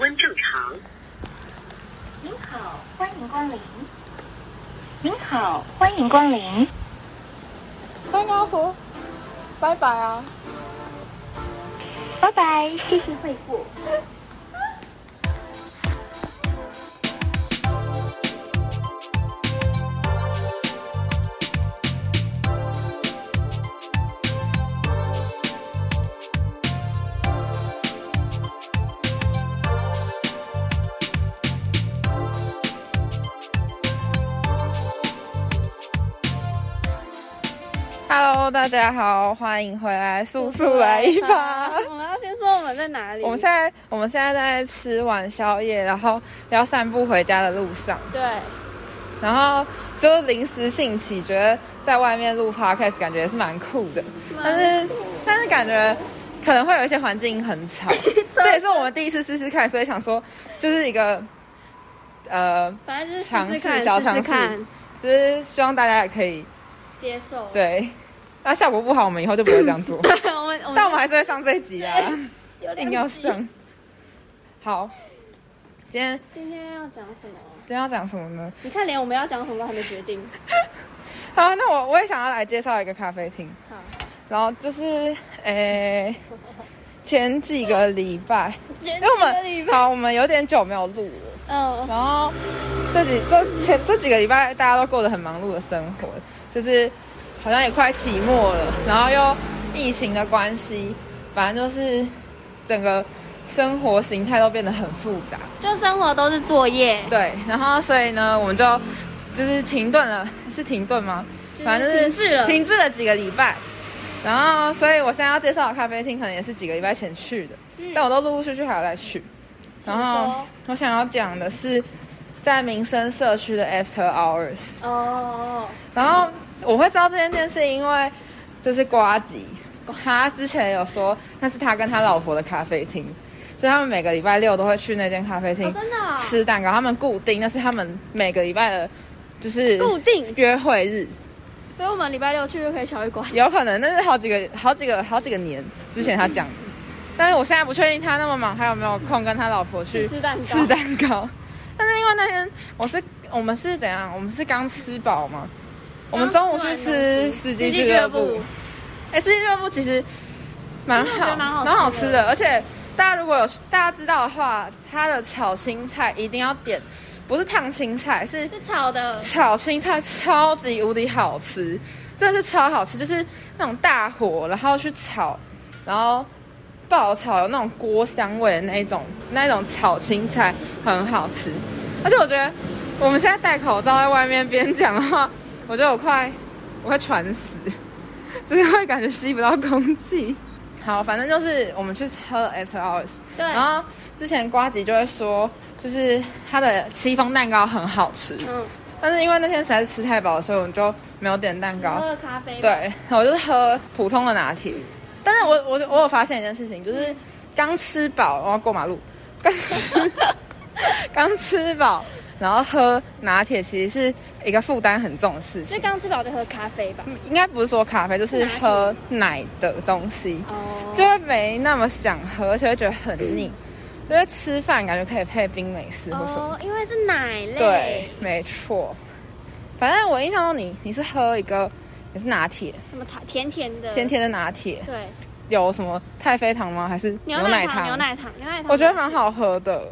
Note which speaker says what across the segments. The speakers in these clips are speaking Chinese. Speaker 1: 温正常。
Speaker 2: 您好，欢迎光临。您好，欢迎光临。
Speaker 3: 他跟他说拜拜啊。
Speaker 2: 拜拜，谢谢惠顾。
Speaker 4: Hello，大家好，欢迎回来，速速来一发。
Speaker 3: 我们要先说我们在哪里。
Speaker 4: 我们现在我们现在在吃完宵夜，然后要散步回家的路上，
Speaker 3: 对，
Speaker 4: 然后就临时兴起，觉得在外面录 podcast 感觉也是蛮酷的，但是但是感觉可能会有一些环境很 吵，这也是我们第一次试试看，所以想说就是一个呃，
Speaker 3: 反正就是
Speaker 4: 尝试
Speaker 3: 试试看，
Speaker 4: 小尝
Speaker 3: 试
Speaker 4: 试
Speaker 3: 试看，
Speaker 4: 就是希望大家也可以
Speaker 3: 接受。，
Speaker 4: 对，那效果不好，我们以后就不会这样做。
Speaker 3: 我们我们
Speaker 4: 但我们还是会上这一集啊，
Speaker 3: 有点
Speaker 4: 硬要
Speaker 3: 急。
Speaker 4: 上。 好，今天
Speaker 3: 今天要讲什么？
Speaker 4: 今天要讲什么呢？
Speaker 3: 你看，连我们要讲什么都还没决定。
Speaker 4: 好，那我我也想要来介绍一个咖啡厅，
Speaker 3: 好，
Speaker 4: 然后就是诶、前几个礼拜，
Speaker 3: 因
Speaker 4: 因为我们好，我们有点久没有录了，
Speaker 3: 嗯，
Speaker 4: 然后这几这前这几个礼拜大家都过得很忙碌的生活，就是好像也快期末了，然后又疫情的关系，反正就是整个生活形态都变得很复杂。
Speaker 3: 就生活都是作业，
Speaker 4: 对，然后所以呢，我们就就是停顿了，是停顿吗？
Speaker 3: 就是
Speaker 4: 反正就是
Speaker 3: 停滞了
Speaker 4: 停滞了几个礼拜。然后，所以我现在要介绍的咖啡厅，可能也是几个礼拜前去的，但我都陆陆续续还有在去。
Speaker 3: 嗯请
Speaker 4: 然后
Speaker 3: 说
Speaker 4: 我想要讲的是，在民生社区的 After Hours。
Speaker 3: 哦，
Speaker 4: 然后我会知道这件店是因为就是瓜吉，他之前有说那是他跟他老婆的咖啡厅，所以他们每个礼拜六都会去那间咖啡厅
Speaker 3: 哦真的啊
Speaker 4: 吃蛋糕，他们固定那是他们每个礼拜的，就是
Speaker 3: 固定。
Speaker 4: 约会日，
Speaker 3: 所以我们礼拜六去就可以巧遇瓜子。
Speaker 4: 有可能那是好几个、好几个、好几个年之前他讲的，但是我现在不确定他那么忙还有没有空跟他老婆去
Speaker 3: 吃蛋糕
Speaker 4: 吃蛋糕。但是因为那天我是我们是怎样？我们是刚吃饱嘛？我们中午去吃司机俱乐部，哎、司机俱乐部其实蛮
Speaker 3: 其实我觉
Speaker 4: 好，
Speaker 3: 得蛮好吃的
Speaker 4: 蛮好吃的。而且大家如果有大家知道的话，它的炒青菜一定要点，不是烫青菜，是
Speaker 3: 是炒的，
Speaker 4: 炒青菜超级无敌好吃，真的是超好吃，就是那种大火然后去炒，然后爆炒有那种锅香味的那一种，那一种炒青菜很好吃。而且我觉得我们现在戴口罩在外面边讲的话，我觉得我快我快喘死， 就是会感觉吸不到空气。好，反正就是我们去喝 After Hours，
Speaker 3: 对，
Speaker 4: 然后之前瓜吉就会说，就是他的戚风蛋糕很好吃，
Speaker 3: 嗯，
Speaker 4: 但是因为那天实在是吃太饱了，所以我们就没有点蛋糕。
Speaker 3: 喝咖啡，，
Speaker 4: 对，我就是喝普通的拿铁。但是我我我有发现一件事情，
Speaker 3: 嗯
Speaker 4: 就是刚吃饱，然后过马 路，刚吃刚吃饱，然后喝拿铁，其实是一个负担很重的事
Speaker 3: 所
Speaker 4: 情。
Speaker 3: 以刚吃饱就喝咖啡吧。
Speaker 4: 应该不是说咖啡，就是喝奶的东西，
Speaker 3: 哦，
Speaker 4: 就会没那么想喝，而且会觉得很腻。因为吃饭感觉可以配冰美式或什么。
Speaker 3: 哦，因为是奶类，
Speaker 4: 对，，没错。反正我印象中你你是喝一个，你是拿铁，
Speaker 3: 什么糖甜甜的，
Speaker 4: 甜，甜的拿铁，
Speaker 3: 对，
Speaker 4: 有什么太妃糖吗？还是
Speaker 3: 牛
Speaker 4: 奶
Speaker 3: 糖，牛奶糖，牛奶糖，
Speaker 4: 我觉得蛮。好喝的。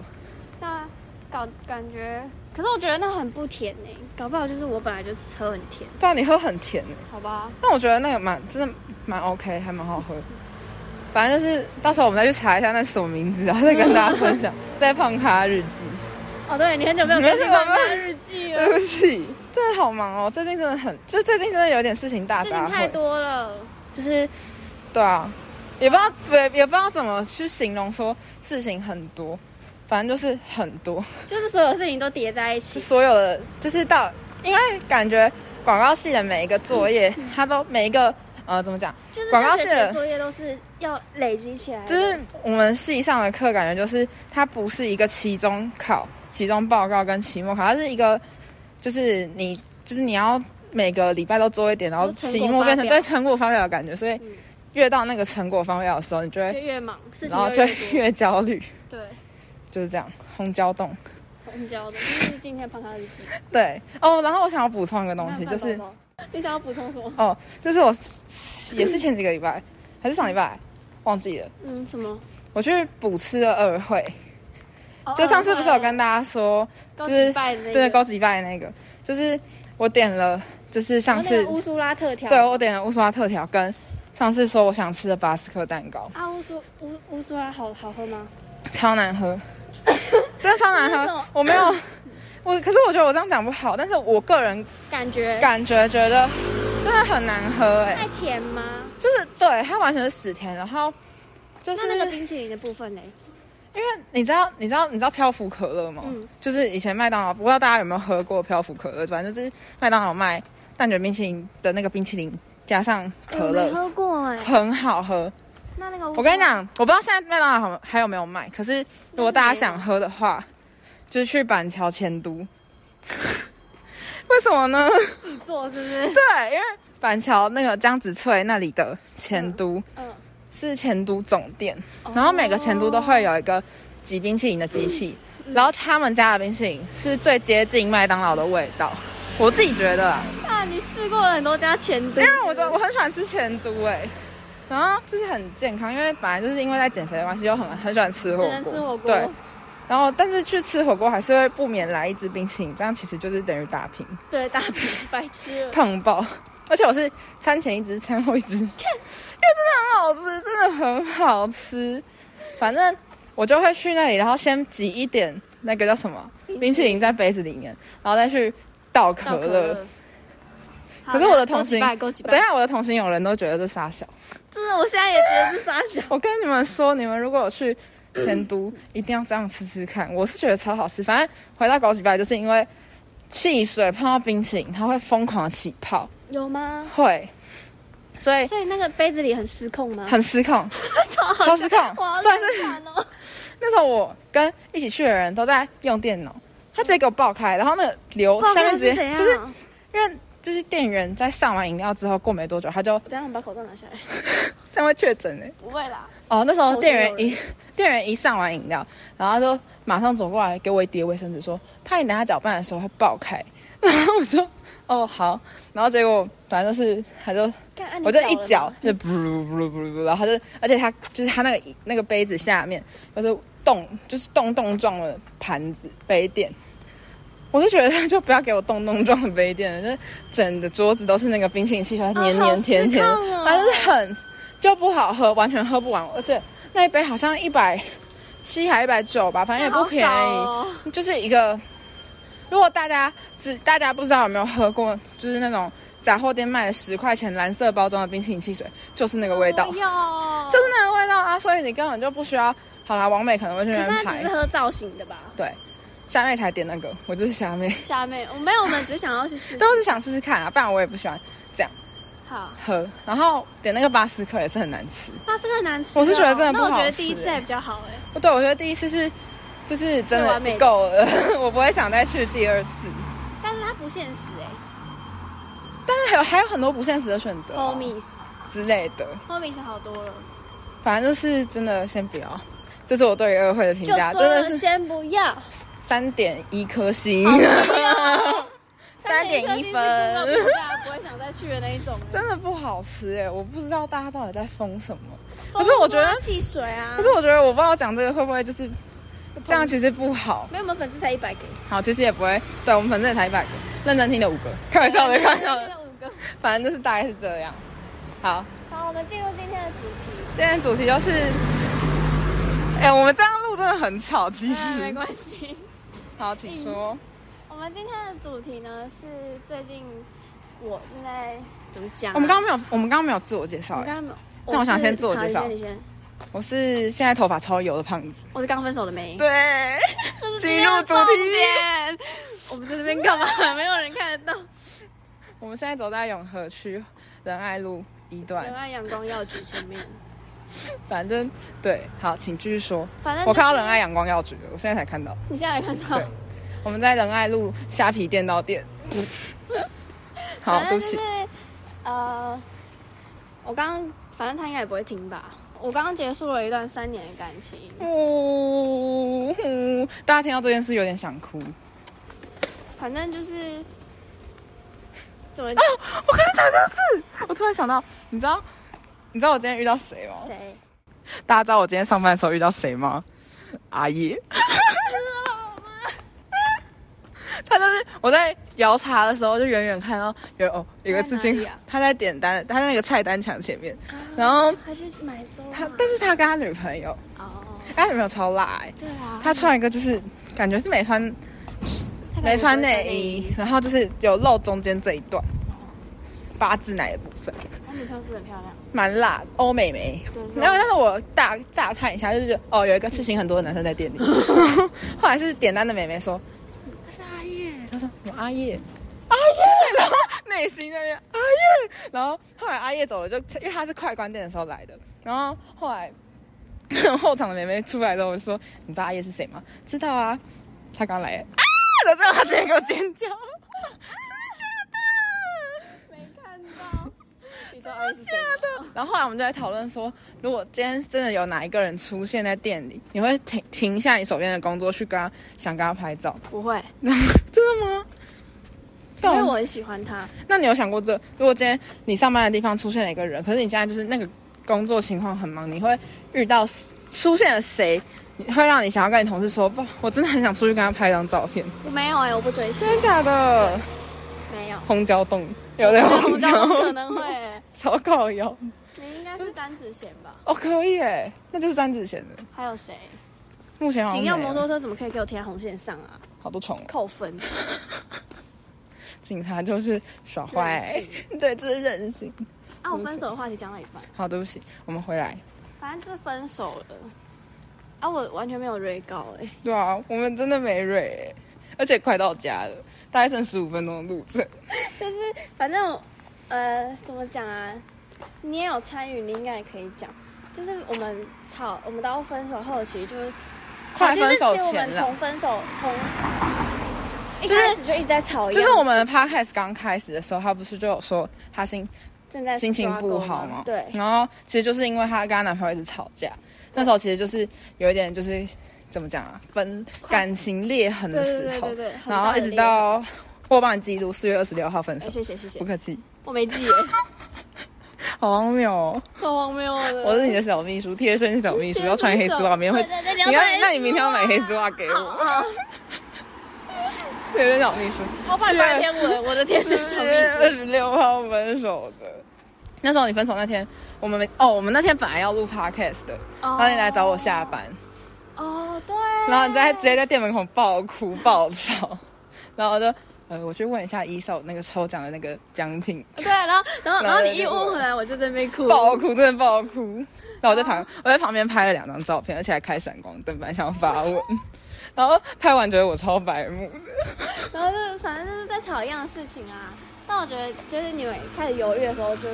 Speaker 3: 那搞感觉，可是我觉得那很不甜呢、搞不好就是我本来就吃喝很甜，
Speaker 4: 对啊，你喝很甜欸
Speaker 3: 好吧？
Speaker 4: 但我觉得那个蛮真的蛮 OK，还蛮好喝。反正就是到时候我们再去查一下那是什么名字，然后再跟大家分 享。在胖咖日记，
Speaker 3: 哦，对你很久没有更新《放假日记》了，
Speaker 4: 对不起，真的好忙哦，最近真的很，就是最近真的有点事情大
Speaker 3: 事
Speaker 4: 杂
Speaker 3: 情太
Speaker 4: 烩。
Speaker 3: 多了。
Speaker 4: 就是，对啊，也不知道也也不知道怎么去形容说事情很多，反正就是很 多，
Speaker 3: 就是所有事情都叠在一
Speaker 4: 就
Speaker 3: 起，
Speaker 4: 所有的就是到，因为感觉广告系的每一个作业，它都每一个呃怎么讲，
Speaker 3: 就是
Speaker 4: 广告
Speaker 3: 这学
Speaker 4: 系
Speaker 3: 期的
Speaker 4: 的
Speaker 3: 作业都是要累积起来的，
Speaker 4: 就是我们系上的课，感觉就是它不是一个期中考、期中报告跟期末考，它是一个就是你就是你要每个礼拜都做一点，然后
Speaker 3: 就成果
Speaker 4: 期末变成
Speaker 3: 发表
Speaker 4: 对成果发表的感觉，所以越到那个成果发表的时候，你就
Speaker 3: 就
Speaker 4: 会
Speaker 3: 越忙，事情
Speaker 4: 然后
Speaker 3: 就
Speaker 4: 就
Speaker 3: 越
Speaker 4: 会
Speaker 3: 多。
Speaker 4: 越焦虑。
Speaker 3: 对，
Speaker 4: 就是这样，红椒冻。
Speaker 3: 红椒的，就是今天胖康日记。
Speaker 4: 对哦，然后我想要补充一个东西，
Speaker 3: 那
Speaker 4: 就
Speaker 3: 饭
Speaker 4: 是
Speaker 3: 包包你想要补充什么？
Speaker 4: 哦，就是我也是前几个礼拜还是上礼拜忘记了，
Speaker 3: 嗯，什么？
Speaker 4: 我去补吃了二会，
Speaker 3: 哦
Speaker 4: 就上次不是有跟大家说，
Speaker 3: 高
Speaker 4: 就是
Speaker 3: 级拜的那
Speaker 4: 对
Speaker 3: 个哦
Speaker 4: 高级拜那个，就是我点了，就是上
Speaker 3: 哦那
Speaker 4: 次
Speaker 3: 个乌苏拉特调。
Speaker 4: 对我点了乌苏拉特调跟上次说我想吃的巴斯克蛋糕，
Speaker 3: 啊，乌苏乌乌苏拉好好喝吗？
Speaker 4: 超难 喝，真的超
Speaker 3: 为
Speaker 4: 难
Speaker 3: 什
Speaker 4: 喝
Speaker 3: 么，
Speaker 4: 我没有。我可是我觉得我这样讲不好，但是我个人
Speaker 3: 感觉
Speaker 4: 感觉觉得真的很难喝哎、
Speaker 3: 太甜吗？
Speaker 4: 就是对它完全是死甜，然后就是
Speaker 3: 那那个冰淇淋的部分呢？
Speaker 4: 因为你知道，你知道，你知道漂浮可乐吗？
Speaker 3: 嗯
Speaker 4: 就是以前麦当劳，不知道大家有没有喝过漂浮可乐，反正就是麦当劳卖蛋卷冰淇淋的那个冰淇淋加上可
Speaker 3: 我没
Speaker 4: 乐，
Speaker 3: 喝过哎。
Speaker 4: 很好喝。
Speaker 3: 那那个乌苏拉
Speaker 4: 我跟你，讲，我不知道现在麦当劳好还有没有卖，可是如果大家想喝的话，就是去板桥前 都。为什么呢？
Speaker 3: 自己做是不
Speaker 4: 对，
Speaker 3: 是？
Speaker 4: 因为板桥那个江子翠那里的前都。
Speaker 3: 嗯，
Speaker 4: 是前都总店
Speaker 3: 哦，
Speaker 4: 然后每个前都都会有一个挤冰淇淋的机器，
Speaker 3: 嗯
Speaker 4: 然后他们家的冰淇淋是最接近麦当劳的味道，我自己觉得啦，
Speaker 3: 啊，你试过了很多家前都，
Speaker 4: 因为我都我很喜欢吃前都哎、然后就是很健康，因为本来就是因为在减肥的关系，又很很喜欢吃火锅，
Speaker 3: 只能吃火锅。
Speaker 4: 对，然后但是去吃火锅还是会不免来一支冰淇淋，这样其实就是等于打平，
Speaker 3: 对，大饼白痴了。
Speaker 4: 胖爆，而且我是餐前一支，餐后一支，因为真的很好吃，真的很好吃。反正我就会去那里，然后先挤一点那个叫什么冰淇淋在杯子里面，然后再去倒可
Speaker 3: 倒可
Speaker 4: 乐。
Speaker 3: 乐。
Speaker 4: 可是我的同行，
Speaker 3: 够几
Speaker 4: 等一下我的同行有人都觉得这傻小。
Speaker 3: 真的，我现在也觉得是傻小。
Speaker 4: 我跟你们说，你们如果有去前都，一定要这样吃吃看。我是觉得超好吃。反正回到枸杞白，就是因为汽水碰到冰淇淋，它会疯狂地起泡，
Speaker 3: 有吗？
Speaker 4: 会，所以
Speaker 3: 所以那个杯子里很失控吗？
Speaker 4: 很失控。
Speaker 3: 超
Speaker 4: 超失控
Speaker 3: 哇，
Speaker 4: 重点是
Speaker 3: 好惨哦。
Speaker 4: 那时候我跟一起去的人都在用电脑，他直接给我爆开，然后那个流
Speaker 3: 爆
Speaker 4: 下面
Speaker 3: 开
Speaker 4: 直
Speaker 3: 是
Speaker 4: 接
Speaker 3: 怎样？
Speaker 4: 就是因为就是店员在上完饮料之后过没多久，他就
Speaker 3: 我等一下我把口罩拿下来。
Speaker 4: 这样会确诊哎。
Speaker 3: 不会啦，
Speaker 4: 哦，那时候
Speaker 3: 头
Speaker 4: 店
Speaker 3: 就
Speaker 4: 员
Speaker 3: 有
Speaker 4: 一店员一上完饮料，然后他就马上走过来给我一叠卫生纸，说怕你等下搅拌的时候会爆开。 然后我就哦好，然后结果反正就是他就
Speaker 3: 干啊你
Speaker 4: 我就一
Speaker 3: 搅
Speaker 4: 搅
Speaker 3: 了吗，
Speaker 4: 就噗噜噗噜噗噜，然后它就，而且它就是它那个那个杯子下面，就是洞，就是洞洞状的盘子杯垫。我就觉得就不要给我洞洞状的杯垫了，就是整的桌子都是那个冰淇淋汽水，黏
Speaker 3: 啊好
Speaker 4: 黏
Speaker 3: 失
Speaker 4: 甜甜，
Speaker 3: 控哦
Speaker 4: 反正就是很就不好喝，完全喝不完。而且那一杯好像一百七还一百九吧，反正也哎不便宜。
Speaker 3: 好少哦
Speaker 4: 就是一个，如果大家只大家不知道有没有喝过，就是那种杂货店卖的十块钱蓝色包装的冰淇淋汽水，就是那个味道，
Speaker 3: 不
Speaker 4: 就
Speaker 3: 要，
Speaker 4: 是那个味道啊！所以你根本就不需要。好啦，王美可能会去
Speaker 3: 可
Speaker 4: 那
Speaker 3: 是
Speaker 4: 边
Speaker 3: 他只
Speaker 4: 排
Speaker 3: 是，喝造型的吧？
Speaker 4: 对，虾妹才点那个，我就是虾妹，
Speaker 3: 下面我没有，我们只想要去试试。
Speaker 4: 都是想试试看啊，不然我也不喜欢
Speaker 3: 好，
Speaker 4: 喝。然后点那个巴斯克也是很难吃，
Speaker 3: 它是个难吃哦。
Speaker 4: 我是觉得真的不好吃
Speaker 3: 那我觉得第一次还比较好哎。
Speaker 4: 哦对我觉得第一次是就是真
Speaker 3: 最
Speaker 4: 的
Speaker 3: 完美的
Speaker 4: 够了， 我不会想再去第二次。
Speaker 3: 但是它不现实哎、
Speaker 4: 但是还有还有很多不现实的选择、
Speaker 3: 欸、
Speaker 4: 啊、
Speaker 3: ，homies，homies
Speaker 4: 之类的，
Speaker 3: 好多了，
Speaker 4: 反正就是真的先不要，这是我对于二会的评
Speaker 3: 就
Speaker 4: 价，真
Speaker 3: 说了
Speaker 4: 的是
Speaker 3: 先不要，
Speaker 4: 三点一颗星，3.1
Speaker 3: 3.1分是真的不要，不会想再去的那一种。
Speaker 4: 真的不好吃哎、我不知道大家到底在疯什么。
Speaker 3: 可
Speaker 4: 是我觉得
Speaker 3: 汽水啊，
Speaker 4: 可是我觉得我不知道讲这个会不会就是这样，其实不好。
Speaker 3: 没有，我们粉丝才一百个，
Speaker 4: 好，其实也不会，对我们粉正也才一百个，认真听的五个，开玩笑的，开玩笑的，
Speaker 3: 五个。
Speaker 4: 反正就是大概是这样。好，
Speaker 3: 好，我们进入今天的主 题。
Speaker 4: 今天的主题就是，哎、我们这样录真的很吵，其
Speaker 3: 嗯，没
Speaker 4: 实。
Speaker 3: 关哎系。
Speaker 4: 好，请说。
Speaker 3: 我们今天的主题呢是最近我正在怎么讲啊、
Speaker 4: 我们刚刚没有，我们刚刚没有自我介绍、
Speaker 3: 我
Speaker 4: 哎。
Speaker 3: 刚刚没有
Speaker 4: 那我想
Speaker 3: 是
Speaker 4: 先自我
Speaker 3: 好
Speaker 4: 介
Speaker 3: 你
Speaker 4: 绍
Speaker 3: 先你先，
Speaker 4: 我是现在头发超油的胖子。
Speaker 3: 我是刚分手的梅。
Speaker 4: 对，进入主题。
Speaker 3: 点，我们在这边 干嘛？没有人看得到。
Speaker 4: 我们现在走在永和区仁爱路一
Speaker 3: 人
Speaker 4: 段，
Speaker 3: 爱阳光药局前面，
Speaker 4: 反正对，好，请继续说。
Speaker 3: 反正、
Speaker 4: 我看到仁爱，阳光药局了，我现在才看到。
Speaker 3: 你现在来看到
Speaker 4: 对，我们在仁爱路虾皮电到 店。好，
Speaker 3: 反
Speaker 4: 对不
Speaker 3: 正就
Speaker 4: 起
Speaker 3: 是。呃，我刚刚反正他应该也不会听吧，我刚刚结束了一段三年的感情，
Speaker 4: 呜、呼大家听到这件事有点想哭。
Speaker 3: 反正就是怎么
Speaker 4: 我刚才讲的是，我突然想到，你知道，你知道我今天遇到谁吗？
Speaker 3: 谁？
Speaker 4: 大家知道我今天上班的时候遇到谁吗？阿姨。 他就是我在摇茶的时候，就远远看到有哦有个
Speaker 3: 他在
Speaker 4: 自
Speaker 3: 哪
Speaker 4: 信
Speaker 3: 里啊，
Speaker 4: 他在点单，他在那个菜单墙前面，然后
Speaker 3: 他去买啊收
Speaker 4: 他，但是他跟他女朋友，
Speaker 3: 哦，
Speaker 4: 他女朋友超辣欸，
Speaker 3: 对啊，
Speaker 4: 他穿一个就是感觉是没穿
Speaker 3: 他
Speaker 4: 没穿
Speaker 3: 感觉
Speaker 4: 内衣，然后就是有露中间这一段八字奶的部分，
Speaker 3: 他女朋友是很漂亮，
Speaker 4: 蛮辣欧美眉
Speaker 3: 对。是
Speaker 4: 然后但是我大乍看一下就是觉得哦有一个刺青很多的男生在店 里，后来是点单的妹妹说
Speaker 3: 她是阿叶，
Speaker 4: 她说我阿叶。阿叶，然后内心那边阿叶，然后后来阿叶走了就，因为他是快关店的时候来的，然后后来 后场的妹妹出来之后，我就说你知道阿叶是谁吗？知道啊，他刚来啊，然后他直接给我尖 叫，真的假的？
Speaker 3: 没看到，你知道阿叶是谁吗？
Speaker 4: 然后后来我们就在讨论说，如果今天真的有哪一个人出现在店里，你会停停下你手边的工作去跟他想跟他拍照？
Speaker 3: 不会，
Speaker 4: 真的吗？
Speaker 3: 因为
Speaker 4: 但
Speaker 3: 我很喜欢他，
Speaker 4: 那你有想过这？如果今天你上班的地方出现了一个人，可是你现在就是那个工作情况很忙，你会遇到出现了谁？你会让你想要跟你同事说，不，我真的很想出去跟他拍张照片。
Speaker 3: 我没有哎、我不追 星
Speaker 4: 真，的假的？
Speaker 3: 没有，
Speaker 4: 红胶洞有在
Speaker 3: 我
Speaker 4: 红
Speaker 3: 不知道
Speaker 4: 胶
Speaker 3: 可 能会、欸，
Speaker 4: 超搞 腰
Speaker 3: 你应该是詹子贤吧？
Speaker 4: 哦，可以哎，那就是詹子贤的。
Speaker 3: 还有谁？
Speaker 4: 目前好像
Speaker 3: 紧要
Speaker 4: 没有
Speaker 3: 摩托车怎么可以给我贴在红线上啊？
Speaker 4: 好多虫哦。
Speaker 3: 扣分，
Speaker 4: 警察就是耍坏
Speaker 3: 任，
Speaker 4: 对，就是任性。
Speaker 3: 啊！我分手的话题讲到一半，
Speaker 4: 好，对不起，我们回来。
Speaker 3: 反正就是分手了。啊，我完全没有 re 高哎、
Speaker 4: 对啊，我们真的没蕊欸，而且快到家了，大概剩十五分钟的路程。
Speaker 3: 就是反正我呃，怎么讲啊？你也有参与，你应该也可以讲。就是我们吵，我们到分手后期就是，
Speaker 4: 快分手
Speaker 3: 其实其实我
Speaker 4: 前
Speaker 3: 们
Speaker 4: 了
Speaker 3: 从，分手从一
Speaker 4: 就是
Speaker 3: 开始就一直在吵一
Speaker 4: 就
Speaker 3: 样，
Speaker 4: 是我们的 podcast 刚开始的时候，他不是就有说他心
Speaker 3: 正在
Speaker 4: 心情不
Speaker 3: struggle
Speaker 4: 好
Speaker 3: 嘛
Speaker 4: 吗？
Speaker 3: 对，
Speaker 4: 然后其实就是因为她跟她男朋友一直吵架，那时候其实就是有一点就是怎么讲啊，分感情裂痕的时候，
Speaker 3: 对对对对对很
Speaker 4: 然
Speaker 3: 大
Speaker 4: 后
Speaker 3: 的
Speaker 4: 一直
Speaker 3: 裂痕
Speaker 4: 到我帮你记录四月二十六号分
Speaker 3: 哎、
Speaker 4: 手，
Speaker 3: 谢谢谢谢
Speaker 4: 不，客气，
Speaker 3: 我没记耶，
Speaker 4: 好荒谬哦。
Speaker 3: 超荒谬的。
Speaker 4: 我是你的小秘书，贴身小 秘书，要穿黑丝袜，明天会。
Speaker 3: 对对对
Speaker 4: 你
Speaker 3: 要
Speaker 4: 要
Speaker 3: 穿黑丝袜，
Speaker 4: 那你明天要买黑丝袜给我。
Speaker 3: 啊！
Speaker 4: 贴身小 秘书，
Speaker 3: 我把
Speaker 4: 是
Speaker 3: 半天文，我的天是小
Speaker 4: 四
Speaker 3: 秘
Speaker 4: 月二
Speaker 3: 书。
Speaker 4: 十六号分手的。那时候你分手那天，我们没哦，我们那天本来要录 podcast 的，
Speaker 3: 哦
Speaker 4: 然后你来找我下班，
Speaker 3: 哦，对。
Speaker 4: 然后你在直接在店门口爆哭爆吵，然后我就呃，我去问一下一手那个抽奖的那个奖品，
Speaker 3: 对，然后然后然后
Speaker 4: 来
Speaker 3: 你一问回来，我就在那边哭。
Speaker 4: 爆哭，真的爆哭。然后我在旁，我在旁边拍了两张照片，而且还开闪光灯，本来想要发文，然后拍完觉得我超白目。
Speaker 3: 然后就是反正就是在吵一样的事情啊。但我觉得就是你们开始犹豫的时候，就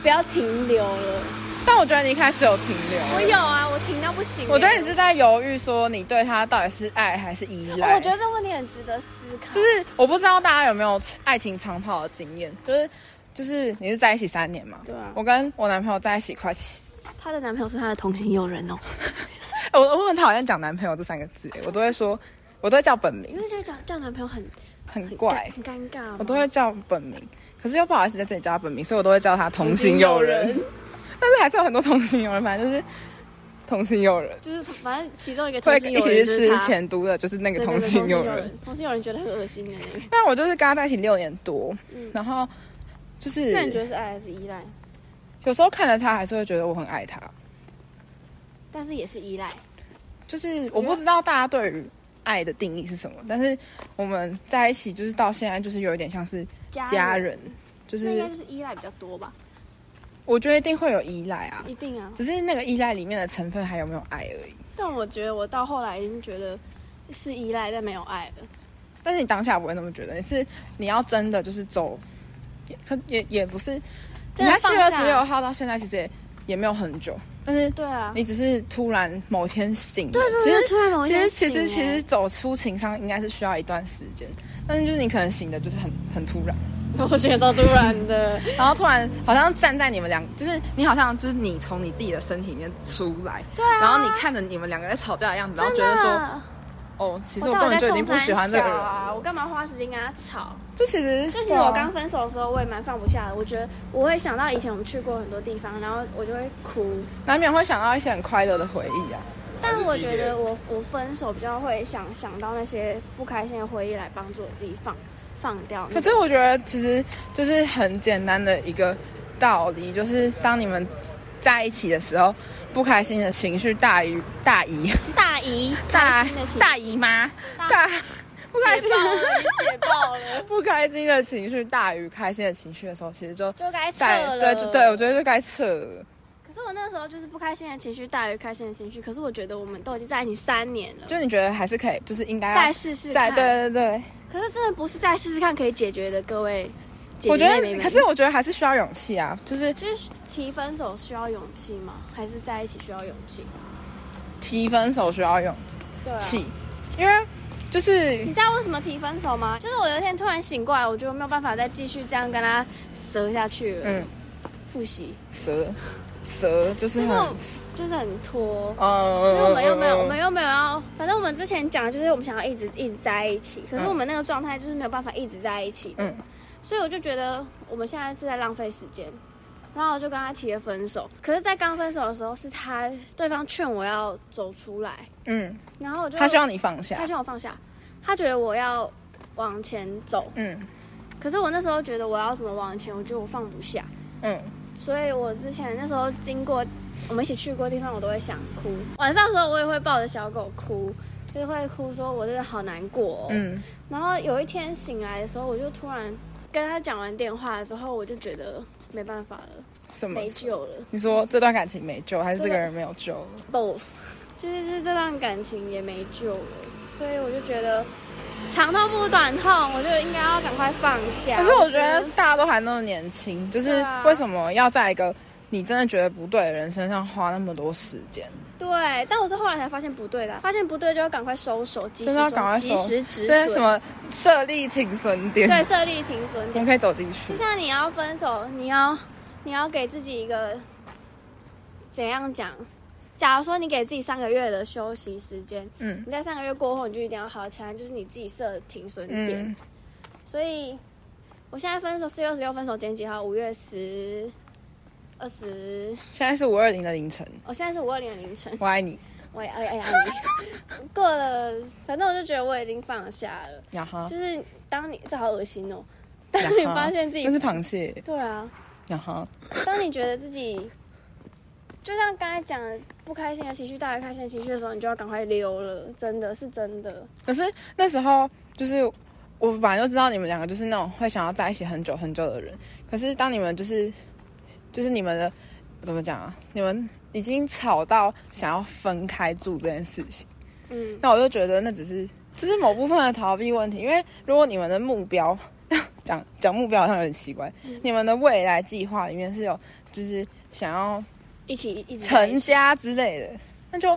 Speaker 3: 不要停留了。
Speaker 4: 但我觉得你一开始有停留，
Speaker 3: 我有啊，我停到不行欸。
Speaker 4: 我觉得你是在犹豫说你对他到底是爱还是依赖。
Speaker 3: 哦我觉得这问题很值得思考。
Speaker 4: 就是我不知道大家有没有爱情长跑的经验，就是就是你是在一起三年嘛？
Speaker 3: 对啊
Speaker 4: 我跟我男朋友在一起快七，
Speaker 3: 她的男朋友是她的同行友人哦，
Speaker 4: 我我很讨厌讲男朋友这三个字，我都会说，我都会叫本名
Speaker 3: 因，为就讲叫男朋友很
Speaker 4: 很
Speaker 3: 很
Speaker 4: 怪
Speaker 3: 尴，很尴尬嘛。
Speaker 4: 我都会叫本名，可是又不好意思在这里叫他本名，所以我都会叫他同行友人。
Speaker 3: 同行友人
Speaker 4: 但是还是有很多同行友人，反正就是同行友人
Speaker 3: 就是反正其中一个同
Speaker 4: 会
Speaker 3: 行
Speaker 4: 一
Speaker 3: 友
Speaker 4: 起去
Speaker 3: 人就是
Speaker 4: 吃
Speaker 3: 她
Speaker 4: 前都的，就是那个
Speaker 3: 对对对
Speaker 4: 同行友人。，
Speaker 3: 同性友人觉得很恶心的那个。
Speaker 4: 但我就是跟他在一起六年多，
Speaker 3: 嗯
Speaker 4: 然后就是
Speaker 3: 那你觉得是爱还是依赖？
Speaker 4: 有时候看着他，还是会觉得我很爱他。
Speaker 3: 但是也是依赖。
Speaker 4: 就是我不知道大家对于爱的定义是什么，但是我们在一起就是到现在就是有一点像是家人，就
Speaker 3: 那应该
Speaker 4: 是
Speaker 3: 就是依赖比较多吧？
Speaker 4: 我觉得一定会有依赖啊，
Speaker 3: 一定啊。
Speaker 4: 只是那个依赖里面的成分还有没有爱而已。
Speaker 3: 但我觉得我到后来已经觉得是依赖，但没有爱了。
Speaker 4: 但是你当下不会那么觉得，你是你要真的就是走，也可也也不是，你
Speaker 3: 真的
Speaker 4: 看四月
Speaker 3: 放下
Speaker 4: 十六号到现在其实也也没有很久，但是
Speaker 3: 对啊，
Speaker 4: 你只是突然某天醒了，
Speaker 3: 对对
Speaker 4: 其
Speaker 3: 对
Speaker 4: 实
Speaker 3: 突然某
Speaker 4: 其
Speaker 3: 天
Speaker 4: 实其实其
Speaker 3: 醒欸
Speaker 4: 实走出情伤应该是需要一段时间，但是就是你可能醒的就是很很突然，
Speaker 3: 我觉得超突然的，
Speaker 4: 然后突然好像站在你们两，就是你好像就是你从你自己的身体里面出来，
Speaker 3: 对啊
Speaker 4: 然后你看着你们两个在吵架的样子， 然后
Speaker 3: 真
Speaker 4: 觉得
Speaker 3: 的。
Speaker 4: 说，哦，其实
Speaker 3: 我
Speaker 4: 我
Speaker 3: 到
Speaker 4: 根
Speaker 3: 底
Speaker 4: 本就
Speaker 3: 在
Speaker 4: 已经
Speaker 3: 冲
Speaker 4: 不喜欢这个
Speaker 3: 小
Speaker 4: 人
Speaker 3: 啊！
Speaker 4: 了，
Speaker 3: 我干嘛花时间跟他吵？啊
Speaker 4: 就其实
Speaker 3: 就其实
Speaker 4: 对啊
Speaker 3: 我刚分手的时候，我也蛮放不下的。我觉得我会想到以前我们去过很多地方，然后我就会哭。
Speaker 4: 难免会想到一些很快乐的回忆啊，
Speaker 3: 但我觉得我我分手比较会想想到那些不开心的回忆来帮助我自己放放掉。
Speaker 4: 可是我觉得其实就是很简单的一个道理，就是当你们在一起的时候，不开心的情绪大于大姨
Speaker 3: 大姨
Speaker 4: 大
Speaker 3: 开心的情
Speaker 4: 大姨妈
Speaker 3: 大
Speaker 4: 大 不开
Speaker 3: 解
Speaker 4: 心
Speaker 3: 爆了，你解爆了，
Speaker 4: 不开心的情绪大于开心的情绪的时候，其实就
Speaker 3: 就该撤
Speaker 4: 带
Speaker 3: 了。
Speaker 4: 对就对，我觉得就该撤了。
Speaker 3: 可是我那时候就是不开心的情绪大于开心的情绪，可是我觉得我们都已经在一起三年了，
Speaker 4: 就你觉得还是可以，就是应该要
Speaker 3: 再试试
Speaker 4: 再
Speaker 3: 看。，
Speaker 4: 啊对对对
Speaker 3: 可是真的不是再试试看可以解决的，各位姐
Speaker 4: 对，我
Speaker 3: 姐
Speaker 4: 觉
Speaker 3: 妹妹
Speaker 4: 得，
Speaker 3: 们。
Speaker 4: 可是我觉得还是需要勇气啊，就是
Speaker 3: 就是提分手需要勇气吗？还是在一起需要勇气？
Speaker 4: 提分手需要勇
Speaker 3: 对、啊。
Speaker 4: 气，因为就是
Speaker 3: 你知道为什么提分手吗？就是我有一天突然醒过来，我觉得没有办法再继续这样跟他折下去了。
Speaker 4: 嗯，
Speaker 3: 复习，
Speaker 4: 蛇蛇就是
Speaker 3: 就是
Speaker 4: 很
Speaker 3: 我就是很拖。
Speaker 4: 嗯，
Speaker 3: 就是我们又没有，我们又没有要，反正我们之前讲的就是我们想要一直一直在一起，可是
Speaker 4: 嗯
Speaker 3: 我们那个状态就是没有办法一直在一起，
Speaker 4: 嗯，
Speaker 3: 所以我就觉得我们现在是在浪费时间，然后我就跟他提了分手。可是，在刚分手的时候，是他对方劝我要走出来，
Speaker 4: 嗯，
Speaker 3: 然后我就
Speaker 4: 他希望你放下
Speaker 3: 他，希望我放下，他觉得我要往前走，
Speaker 4: 嗯
Speaker 3: 可是我那时候觉得我要怎么往前，我觉得我放不下，
Speaker 4: 嗯，
Speaker 3: 所以我之前那时候经过我们一起去过的地方，我都会想哭。晚上的时候我也会抱着小狗哭，就会哭说我真的好难过、哦。
Speaker 4: 嗯，
Speaker 3: 然后有一天醒来的时候，我就突然跟他讲完电话之后，我就觉得没办法了，
Speaker 4: 什么
Speaker 3: 没？救了
Speaker 4: 你说这段感情没救，还是这个人没有救了？
Speaker 3: ，both，就是这段感情也没救了，所以我就觉得。长痛不如短痛，我就应该要赶快放下。
Speaker 4: 可是我觉得大家都还那么年轻，就是
Speaker 3: 啊
Speaker 4: 为什么要在一个你真的觉得不对的人身上花那么多时间？
Speaker 3: 对，但我是后来才发现不对的啊，发现不对就要赶快收手，及时
Speaker 4: 真的要
Speaker 3: 收
Speaker 4: 赶快
Speaker 3: 及
Speaker 4: 收
Speaker 3: 时止
Speaker 4: 这
Speaker 3: 损，
Speaker 4: 是什么设立停损点？
Speaker 3: 对，设立停损
Speaker 4: 我们
Speaker 3: 点。
Speaker 4: 可以走进去
Speaker 3: 就。像你要分手，你要你要给自己一个怎样讲？假如说你给自己三个月的休息时间，
Speaker 4: 嗯
Speaker 3: 你在三个月过后你就一定要好起来，就是你自己设停损点。
Speaker 4: 嗯，
Speaker 3: 所以我现在分手四月二十六分手，今天几号？五月十二十，
Speaker 4: 现在是五二零的凌晨，
Speaker 3: 我现在是五二零的凌晨。
Speaker 4: 我爱你。
Speaker 3: 我也哎哎呀，你过了，反正我就觉得我已经放下了。
Speaker 4: 然后
Speaker 3: 就是当你这好恶心哦，当你发现自己
Speaker 4: 这是螃蟹，
Speaker 3: 对啊，
Speaker 4: 然后
Speaker 3: 当你觉得自己就像刚才讲的不开心的情绪大于开心的情绪的时候，你就要赶快溜了，真的是真的。
Speaker 4: 可是那时候就是我本来就知道你们两个就是那种会想要在一起很久很久的人，可是当你们就是就是你们的怎么讲啊？你们已经吵到想要分开住这件事情，
Speaker 3: 嗯，
Speaker 4: 那我就觉得那只是就是某部分的逃避问题，因为如果你们的目标 讲讲目标好像有点奇怪，你们的未来计划里面是有就是想要
Speaker 3: 一起一直在一
Speaker 4: 成
Speaker 3: 起
Speaker 4: 家之类的，那就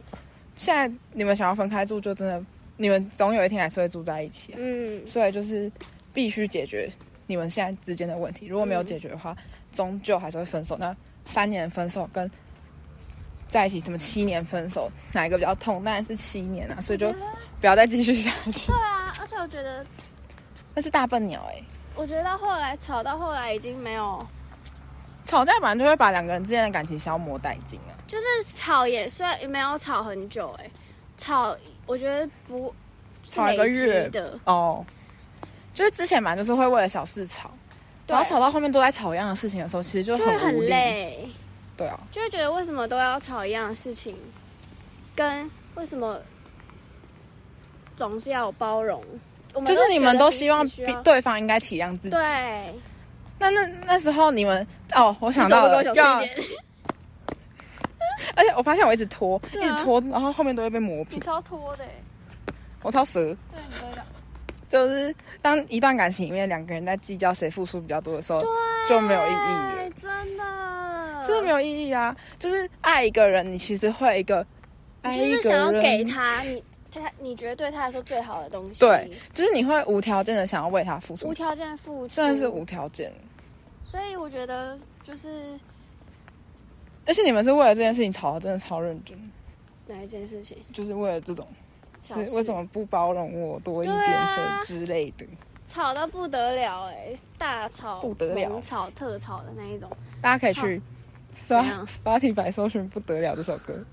Speaker 4: 现在你们想要分开住，就真的你们总有一天还是会住在一起啊。
Speaker 3: 嗯，
Speaker 4: 所以就是必须解决你们现在之间的问题。如果没有解决的话，终究还是会分手。那三年分手跟在一起什么七年分手，哪一个比较痛？当然是七年啊，所以就不要再继续下 去
Speaker 3: 对。啊，而且我觉得，
Speaker 4: 那是大笨鸟哎、
Speaker 3: 我觉得到后来吵到后来已经没有。
Speaker 4: 吵架本来就会把两个人之间的感情消磨殆尽啊。
Speaker 3: 就是吵也虽然也没有吵很久、哎，吵我觉得不是
Speaker 4: 吵一个
Speaker 3: 累积
Speaker 4: 月
Speaker 3: 的，
Speaker 4: 哦，就是之前嘛，就是会为了小事吵，然后
Speaker 3: 对
Speaker 4: 吵到后面都在吵一样的事情的时候，其实就
Speaker 3: 就会
Speaker 4: 很
Speaker 3: 很
Speaker 4: 无力。
Speaker 3: 累，
Speaker 4: 对啊，
Speaker 3: 就会觉得为什么都要吵一样的事情，跟为什么总是要有包容，我
Speaker 4: 就是你们都希望
Speaker 3: 彼
Speaker 4: 比
Speaker 3: 此需要
Speaker 4: 对方应该体谅自己。
Speaker 3: 对，
Speaker 4: 那那那时候你们哦，我想
Speaker 3: 你怎
Speaker 4: 到
Speaker 3: 么不
Speaker 4: 了，
Speaker 3: 跟我
Speaker 4: 要
Speaker 3: 小声一点，
Speaker 4: 而且我发现我一直拖，
Speaker 3: 对啊
Speaker 4: 一直拖，然后后面都会被磨
Speaker 3: 你
Speaker 4: 平。
Speaker 3: 超拖的欸，
Speaker 4: 我超蛇，
Speaker 3: 对，你都有
Speaker 4: 就是当一段感情里面两个人在计较谁付出比较多的时候，
Speaker 3: 对，
Speaker 4: 就没有意义了，
Speaker 3: 真的，
Speaker 4: 真的没有意义啊！就是爱一个人，你其实会一个爱
Speaker 3: 你
Speaker 4: 一
Speaker 3: 就是
Speaker 4: 个
Speaker 3: 想要
Speaker 4: 人，
Speaker 3: 给他你。他你觉得对他来说最好的东西，
Speaker 4: 对，就是你会无条件的想要为他付
Speaker 3: 无
Speaker 4: 出，
Speaker 3: 条件付出，
Speaker 4: 真的是无。条件。
Speaker 3: 所以我觉得就是
Speaker 4: 而且你们是为了这件事情吵得真的超认真，
Speaker 3: 哪一件事情，
Speaker 4: 就是为了这种，
Speaker 3: 小
Speaker 4: 是
Speaker 3: 事
Speaker 4: 为什么不包容我多一
Speaker 3: 对
Speaker 4: 点
Speaker 3: 啊
Speaker 4: 这之类的？
Speaker 3: 吵到不得了哎、大吵
Speaker 4: 不得了
Speaker 3: 猛吵特吵的那一种。
Speaker 4: 大家可以去
Speaker 3: 怎样
Speaker 4: Spot- Spotify 搜寻《不得了》这首歌。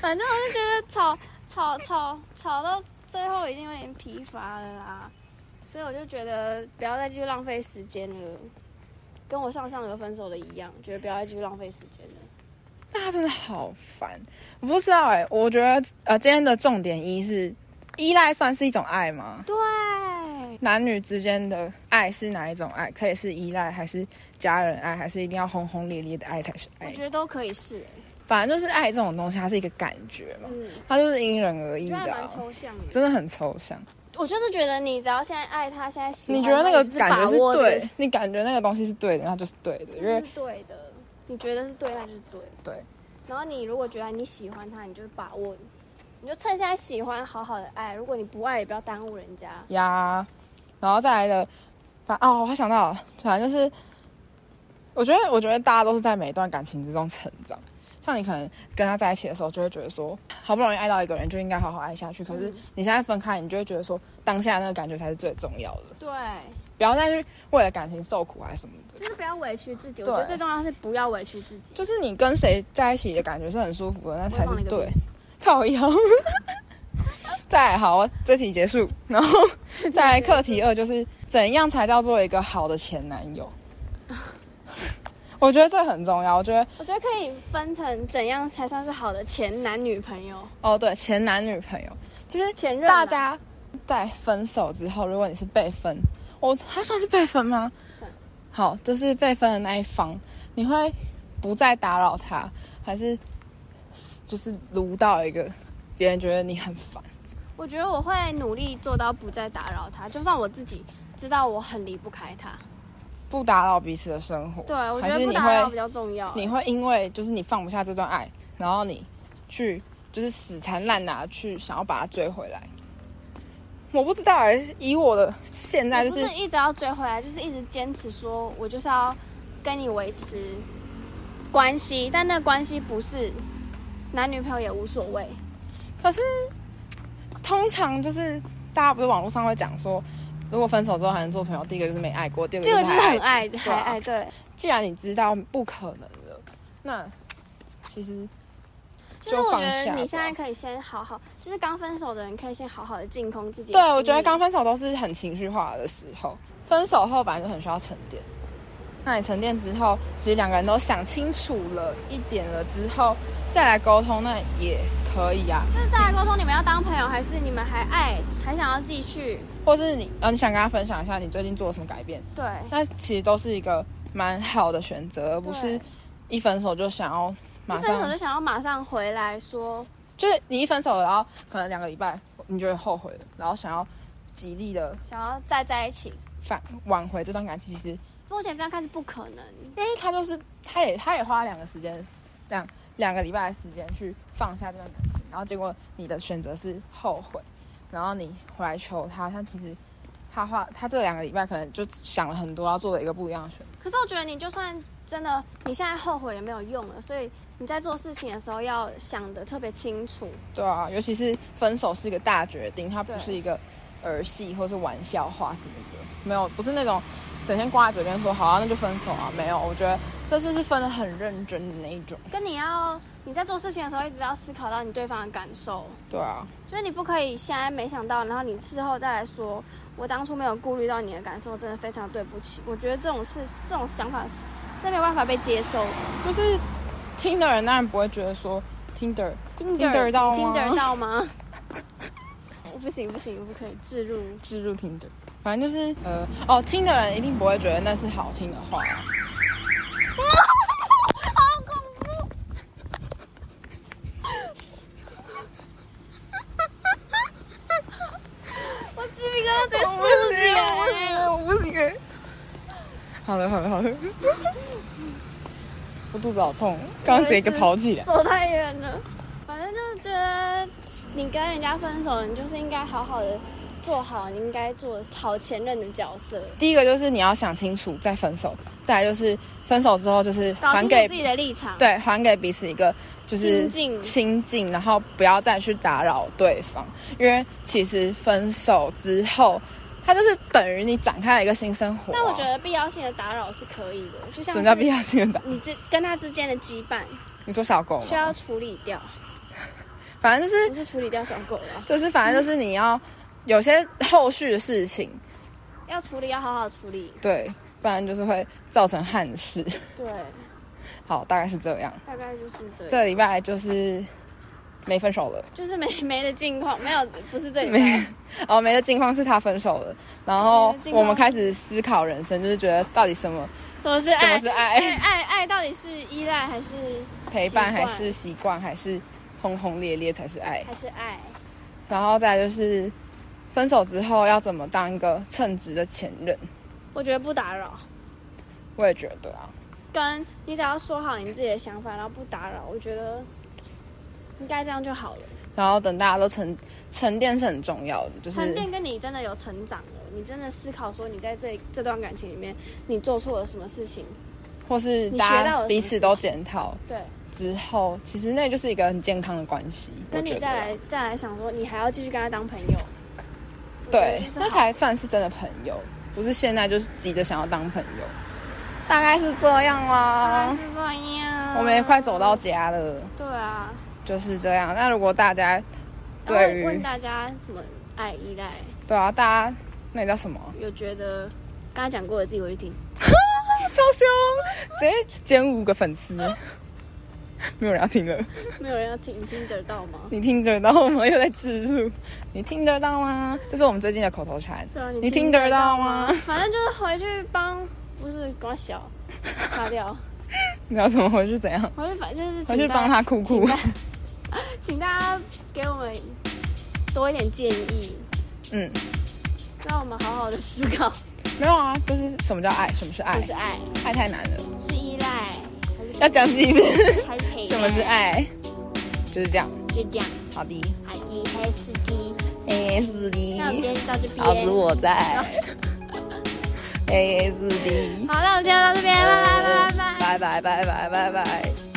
Speaker 3: 反正我就觉得吵吵吵吵到最后已经有点疲乏了啦，所以我就觉得不要再继续浪费时间了，跟我上上个分手的一样，觉得不要再继续浪费时间了。
Speaker 4: 大家真的好烦，我不知道哎、我觉得呃，今天的重点一是依赖算是一种爱吗？
Speaker 3: 对，
Speaker 4: 男女之间的爱是哪一种爱？可以是依赖，还是家人爱，还是一定要轰轰烈烈的爱才是
Speaker 3: 我
Speaker 4: 爱
Speaker 3: 觉？得都可以试、欸，
Speaker 4: 反正就是爱这种东西，它是一个感觉嘛，
Speaker 3: 嗯，
Speaker 4: 它就是因人而
Speaker 3: 我
Speaker 4: 异
Speaker 3: 觉得还
Speaker 4: 的、
Speaker 3: 蛮
Speaker 4: 啊，
Speaker 3: 抽象的。
Speaker 4: 真的很抽象。
Speaker 3: 我就是觉得你只要现在爱他，现在喜欢
Speaker 4: 你觉得那个
Speaker 3: 就是
Speaker 4: 感觉是
Speaker 3: 把握这个
Speaker 4: 对，你感觉那个东西是对的，那就是对的，因为
Speaker 3: 是嗯对的，你觉得是对，那就是对。
Speaker 4: 对。
Speaker 3: 然后你如果觉得你喜欢他，你就把握，你就趁现在喜欢，好好的爱。如果你不爱，也不要耽误人家。
Speaker 4: 呀，然后再来的，反哦，我还想到了，反正就是，我觉得，我觉得大家都是在每一段感情之中成长。像你可能跟他在一起的时候，就会觉得说，好不容易爱到一个人，就应该好好爱下去。可是你现在分开，你就会觉得说，当下那个感觉才是最重要的，
Speaker 3: 对，
Speaker 4: 不要再去为了感情受苦还是什么的。
Speaker 3: 就是不要委屈自己。我
Speaker 4: 对
Speaker 3: 觉得最重要的是不要委屈自己。
Speaker 4: 就是你跟谁在一起的感觉是很舒服的，那才
Speaker 3: 我放了
Speaker 4: 是
Speaker 3: 一个
Speaker 4: 对
Speaker 3: 屁。
Speaker 4: 靠腰。 再来好，这题结束，然后再来课题二，就是怎样才叫做一个好的前男 友？我觉得这很重要。我觉得
Speaker 3: 我觉得可以分成怎样才算是好的前男女朋友，
Speaker 4: 哦，对，前男女朋友，就是
Speaker 3: 前任啊啦
Speaker 4: 大家在分手之后，如果你是被分，我、他算是被分吗？
Speaker 3: 算
Speaker 4: 好，就是被分的那一方，你会不再打扰他，还是就是撸到一个别人觉得你很烦？
Speaker 3: 我觉得我会努力做到不再打扰他，就算我自己知道我很离不开他。
Speaker 4: 不打扰彼此的生活，
Speaker 3: 对，啊我觉
Speaker 4: 还
Speaker 3: 得
Speaker 4: 是
Speaker 3: 不
Speaker 4: 你
Speaker 3: 打扰比
Speaker 4: 会
Speaker 3: 较重要。
Speaker 4: 你会因为就是你放不下这段爱，然后你去就是死缠烂打去想要把它追回来。我不知道哎、以我的现在
Speaker 3: 我
Speaker 4: 就
Speaker 3: 不
Speaker 4: 是
Speaker 3: 是一直要追回来，就是一直坚持说，我就是要跟你维持关系，但那关系不是男女朋友也无所谓。
Speaker 4: 可是通常就是大家不是网络上会讲说，如果分手之后还能做朋友，第一个就是没爱过，第二个
Speaker 3: 这个就是
Speaker 4: 还
Speaker 3: 很爱，
Speaker 4: 自己
Speaker 3: 还
Speaker 4: 对啊
Speaker 3: 爱对，
Speaker 4: 既然你知道不可能了，那其实
Speaker 3: 就是我觉
Speaker 4: 放下
Speaker 3: 得
Speaker 4: 吧。
Speaker 3: 你现在可以先好好，就是刚分手的人可以先好好的净空自己的
Speaker 4: 对
Speaker 3: 心，
Speaker 4: 我觉得
Speaker 3: 理
Speaker 4: 刚分手都是很情绪化的时候，分手后本来就很需要沉淀。那你沉淀之后，其实两个人都想清楚了一点了之后，再来沟通，那也可以啊。
Speaker 3: 就是再来沟通，你们要当朋友，还是你们还爱，还想要继续？
Speaker 4: 或是你呃，你想跟他分享一下你最近做了什么改变，
Speaker 3: 对，
Speaker 4: 那其实都是一个蛮好的选择，而不是
Speaker 3: 对
Speaker 4: 一分手就想要马
Speaker 3: 一分手
Speaker 4: 上
Speaker 3: 就，想要马上回来说，
Speaker 4: 就是你一分手，然后可能两个礼拜你就会后悔了，然后想要极力的
Speaker 3: 想要再在一起。
Speaker 4: 反挽回这段感情，其实
Speaker 3: 目前这样看是不可能，
Speaker 4: 因为他就是他也他也花了两个时间两两个礼拜的时间去放下这段感情，然后结果你的选择是后悔，然后你回来求他，但其实他花他这两个礼拜可能就想了很多，要做了一个不一样的选择。
Speaker 3: 可是我觉得你就算真的你现在后悔也没有用了，所以你在做事情的时候要想的特别清楚。
Speaker 4: 对啊，尤其是分手是一个大决定，它不
Speaker 3: 对
Speaker 4: 是一个儿戏或是玩笑话什么的，没有不是那种整天挂在嘴边说好、啊、那就分手啊，没有，我觉得这次是分的很认真的那一种。
Speaker 3: 跟你要你在做事情的时候，一直要思考到你对方的感受，
Speaker 4: 对啊，
Speaker 3: 就是你不可以现在没想到，然后你事后再来说，我当初没有顾虑到你的感受，真的非常对不起。我觉得这种事这种想法是是没有办法被接受的。
Speaker 4: 就是听的人当然不会觉得说听的人。Tinder 到吗
Speaker 3: Tinder 到吗？不行不行，不可以置入。
Speaker 4: 置入听的，反正就是呃，哦，听的人一定不会觉得那是好听的话、啊。
Speaker 3: 我鸡皮疙瘩得
Speaker 4: 我不行，我不行，我不行。好了好了好 了，我肚子好痛，刚刚直接一个跑起来。
Speaker 3: 走太远了。反正就觉得你跟人家分手，你就是应该好好的做好你应该做好前任的角色，
Speaker 4: 第一个就是你要想清楚再分手，再来就是分手之后就是
Speaker 3: 搞
Speaker 4: 还
Speaker 3: 清
Speaker 4: 给
Speaker 3: 楚自己的立场。，
Speaker 4: 对，还给彼此一个就是
Speaker 3: 亲近
Speaker 4: 亲近，然后不要再去打扰对方，因为其实分手之后，它就是等于你展开了一个新生活啊、
Speaker 3: 但我觉得必要性的打扰是可以的，就像
Speaker 4: 什么叫
Speaker 3: 是
Speaker 4: 必要性的打？
Speaker 3: 你之跟他之间的羁绊
Speaker 4: 你说小狗
Speaker 3: 需
Speaker 4: 吗？
Speaker 3: 要处理掉，
Speaker 4: 反正就是
Speaker 3: 不是处理掉小狗了，
Speaker 4: 就是反正就是你要有些后续的事情，
Speaker 3: 要处理要好好处理。
Speaker 4: 对，不然就是会造成憾事。
Speaker 3: 对，
Speaker 4: 好，大概是这样。
Speaker 3: 大概就是这样。
Speaker 4: 这礼拜就是没分手了。
Speaker 3: 就是没 没的近况，没有不是这里
Speaker 4: 没
Speaker 3: 拜，
Speaker 4: 哦，没的境况是他分手了，然后
Speaker 3: 没的境况
Speaker 4: 我们开始思考人生，就是觉得到底什么
Speaker 3: 什么是爱？
Speaker 4: 什么是爱
Speaker 3: 爱爱爱到底是依赖还是
Speaker 4: 陪伴，
Speaker 3: 习
Speaker 4: 还
Speaker 3: 惯
Speaker 4: 是习惯，还是轰轰烈烈才是爱。
Speaker 3: 还是爱？
Speaker 4: 然后再来就是分手之后要怎么当一个称职的前任，
Speaker 3: 我觉得不打扰，
Speaker 4: 我也觉得啊，
Speaker 3: 跟你只要说好你自己的想法，然后不打扰，我觉得应该这样就好了。
Speaker 4: 然后等大家都沉沉淀是很重要的，就是
Speaker 3: 沉淀跟你真的有成长了，你真的思考说你在这这段感情里面你做错了什么事情，
Speaker 4: 或是
Speaker 3: 你
Speaker 4: 大
Speaker 3: 学到
Speaker 4: 家
Speaker 3: 了
Speaker 4: 彼
Speaker 3: 什么
Speaker 4: 此
Speaker 3: 事
Speaker 4: 都
Speaker 3: 情
Speaker 4: 检讨
Speaker 3: 对，
Speaker 4: 之后，其实那就是一个很健康的关系。
Speaker 3: 那
Speaker 4: 我觉
Speaker 3: 你
Speaker 4: 得
Speaker 3: 再
Speaker 4: 啊
Speaker 3: 来再来想说你还要继续跟他当朋友，
Speaker 4: 对
Speaker 3: 就是，
Speaker 4: 那
Speaker 3: 好
Speaker 4: 才算是真的朋友，不是现在就是急着想要当朋友。大概是这样
Speaker 3: 大概
Speaker 4: 啦
Speaker 3: 啊是，这样。
Speaker 4: 我们也快走到家了，
Speaker 3: 对啊，
Speaker 4: 就是这样。那如果大家对
Speaker 3: 然后问
Speaker 4: 于
Speaker 3: 大家什么爱依赖，
Speaker 4: 对啊，大家那个叫什么 啊？
Speaker 3: 有觉得刚才讲过的自己回去听。
Speaker 4: 超凶，直接减五个粉丝， 没有人要听了。
Speaker 3: 没有人要听，你听得到吗？
Speaker 4: 你听得到吗？又在植入，你听得到吗？这是我们最近的口头禅。
Speaker 3: 对啊，
Speaker 4: 你
Speaker 3: 听
Speaker 4: 听得到吗？
Speaker 3: 反正就是回去帮，不是光小，擦掉，
Speaker 4: 你要怎么回去？怎样？
Speaker 3: 回去反正就是
Speaker 4: 回
Speaker 3: 请
Speaker 4: 去
Speaker 3: 大
Speaker 4: 帮他哭哭
Speaker 3: 请。大请大家给我们多一点建议，
Speaker 4: 嗯，
Speaker 3: 让我们好好的思考，
Speaker 4: 没有啊，就是什么叫爱？什么是爱
Speaker 3: 什么？是爱，
Speaker 4: 爱太难了。
Speaker 3: 是依赖，还是
Speaker 4: 要讲几次？
Speaker 3: 还是陪伴
Speaker 4: 什么是？爱？就是这样。
Speaker 3: 就这样，
Speaker 4: 好的
Speaker 3: 阿姨还是司机，
Speaker 4: ，S
Speaker 3: 那我们今天
Speaker 4: 的，
Speaker 3: 就到这边，
Speaker 4: 老子我在，S 的，
Speaker 3: 好，那我们今天就到这边，
Speaker 4: 拜
Speaker 3: 拜拜拜拜。
Speaker 4: 拜拜拜拜拜。